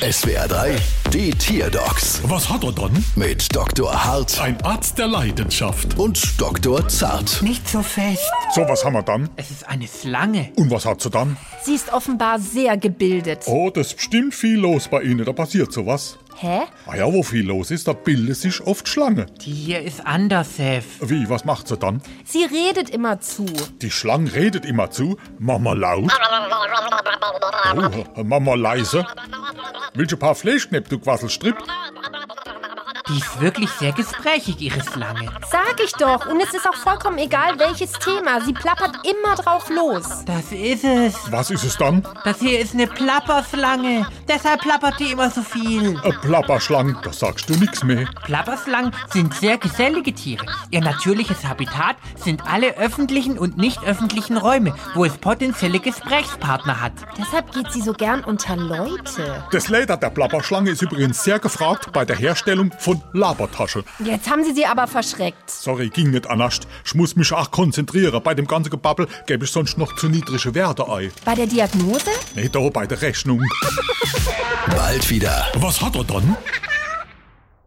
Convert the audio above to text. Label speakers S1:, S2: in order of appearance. S1: SWR 3, die Tierdocs
S2: Was hat er dann?
S1: mit Dr. Hart
S2: Ein Arzt der Leidenschaft.
S1: und Dr. Zart.
S3: Nicht so fest.
S2: So, was haben wir dann?
S3: Es ist eine Schlange.
S2: Und was hat sie dann?
S4: Sie ist offenbar sehr gebildet.
S2: Oh, das ist bestimmt viel los bei Ihnen, da passiert sowas.
S4: Hä?
S2: Ah ja, wo viel los ist, da bildet sich oft Schlange.
S3: Die hier ist anders, Seth.
S2: Wie, was macht sie dann?
S4: Sie redet immer zu.
S2: Die Schlange redet immer zu. Mama laut, oh, Mama leise. Willst du ein paar Fleischknepp, du Quasselstripp?
S3: Die ist wirklich sehr gesprächig, ihre Schlange.
S4: Sag ich doch. Und es ist auch vollkommen egal, welches Thema. Sie plappert immer drauf los.
S3: Das ist es.
S2: Was ist es dann?
S3: Das hier ist eine Plapperschlange. Deshalb plappert die immer so viel.
S2: Eine Plapperschlange, da sagst du nichts mehr.
S3: Plapperschlangen sind sehr gesellige Tiere. Ihr natürliches Habitat sind alle öffentlichen und nicht öffentlichen Räume, wo es potenzielle Gesprächspartner hat.
S4: Deshalb geht sie so gern unter Leute.
S2: Das Leder der Plapperschlange ist übrigens sehr gefragt bei der Herstellung von Labertasche.
S4: Jetzt haben sie sie aber verschreckt.
S2: Sorry, ging nicht anders. Ich muss mich auch konzentrieren. Bei dem ganzen Gebabbel gebe ich sonst noch zu niedrige Werte ein.
S4: Bei der Diagnose?
S2: Nee, da bei der Rechnung.
S1: Bald wieder.
S2: Was hat er dann?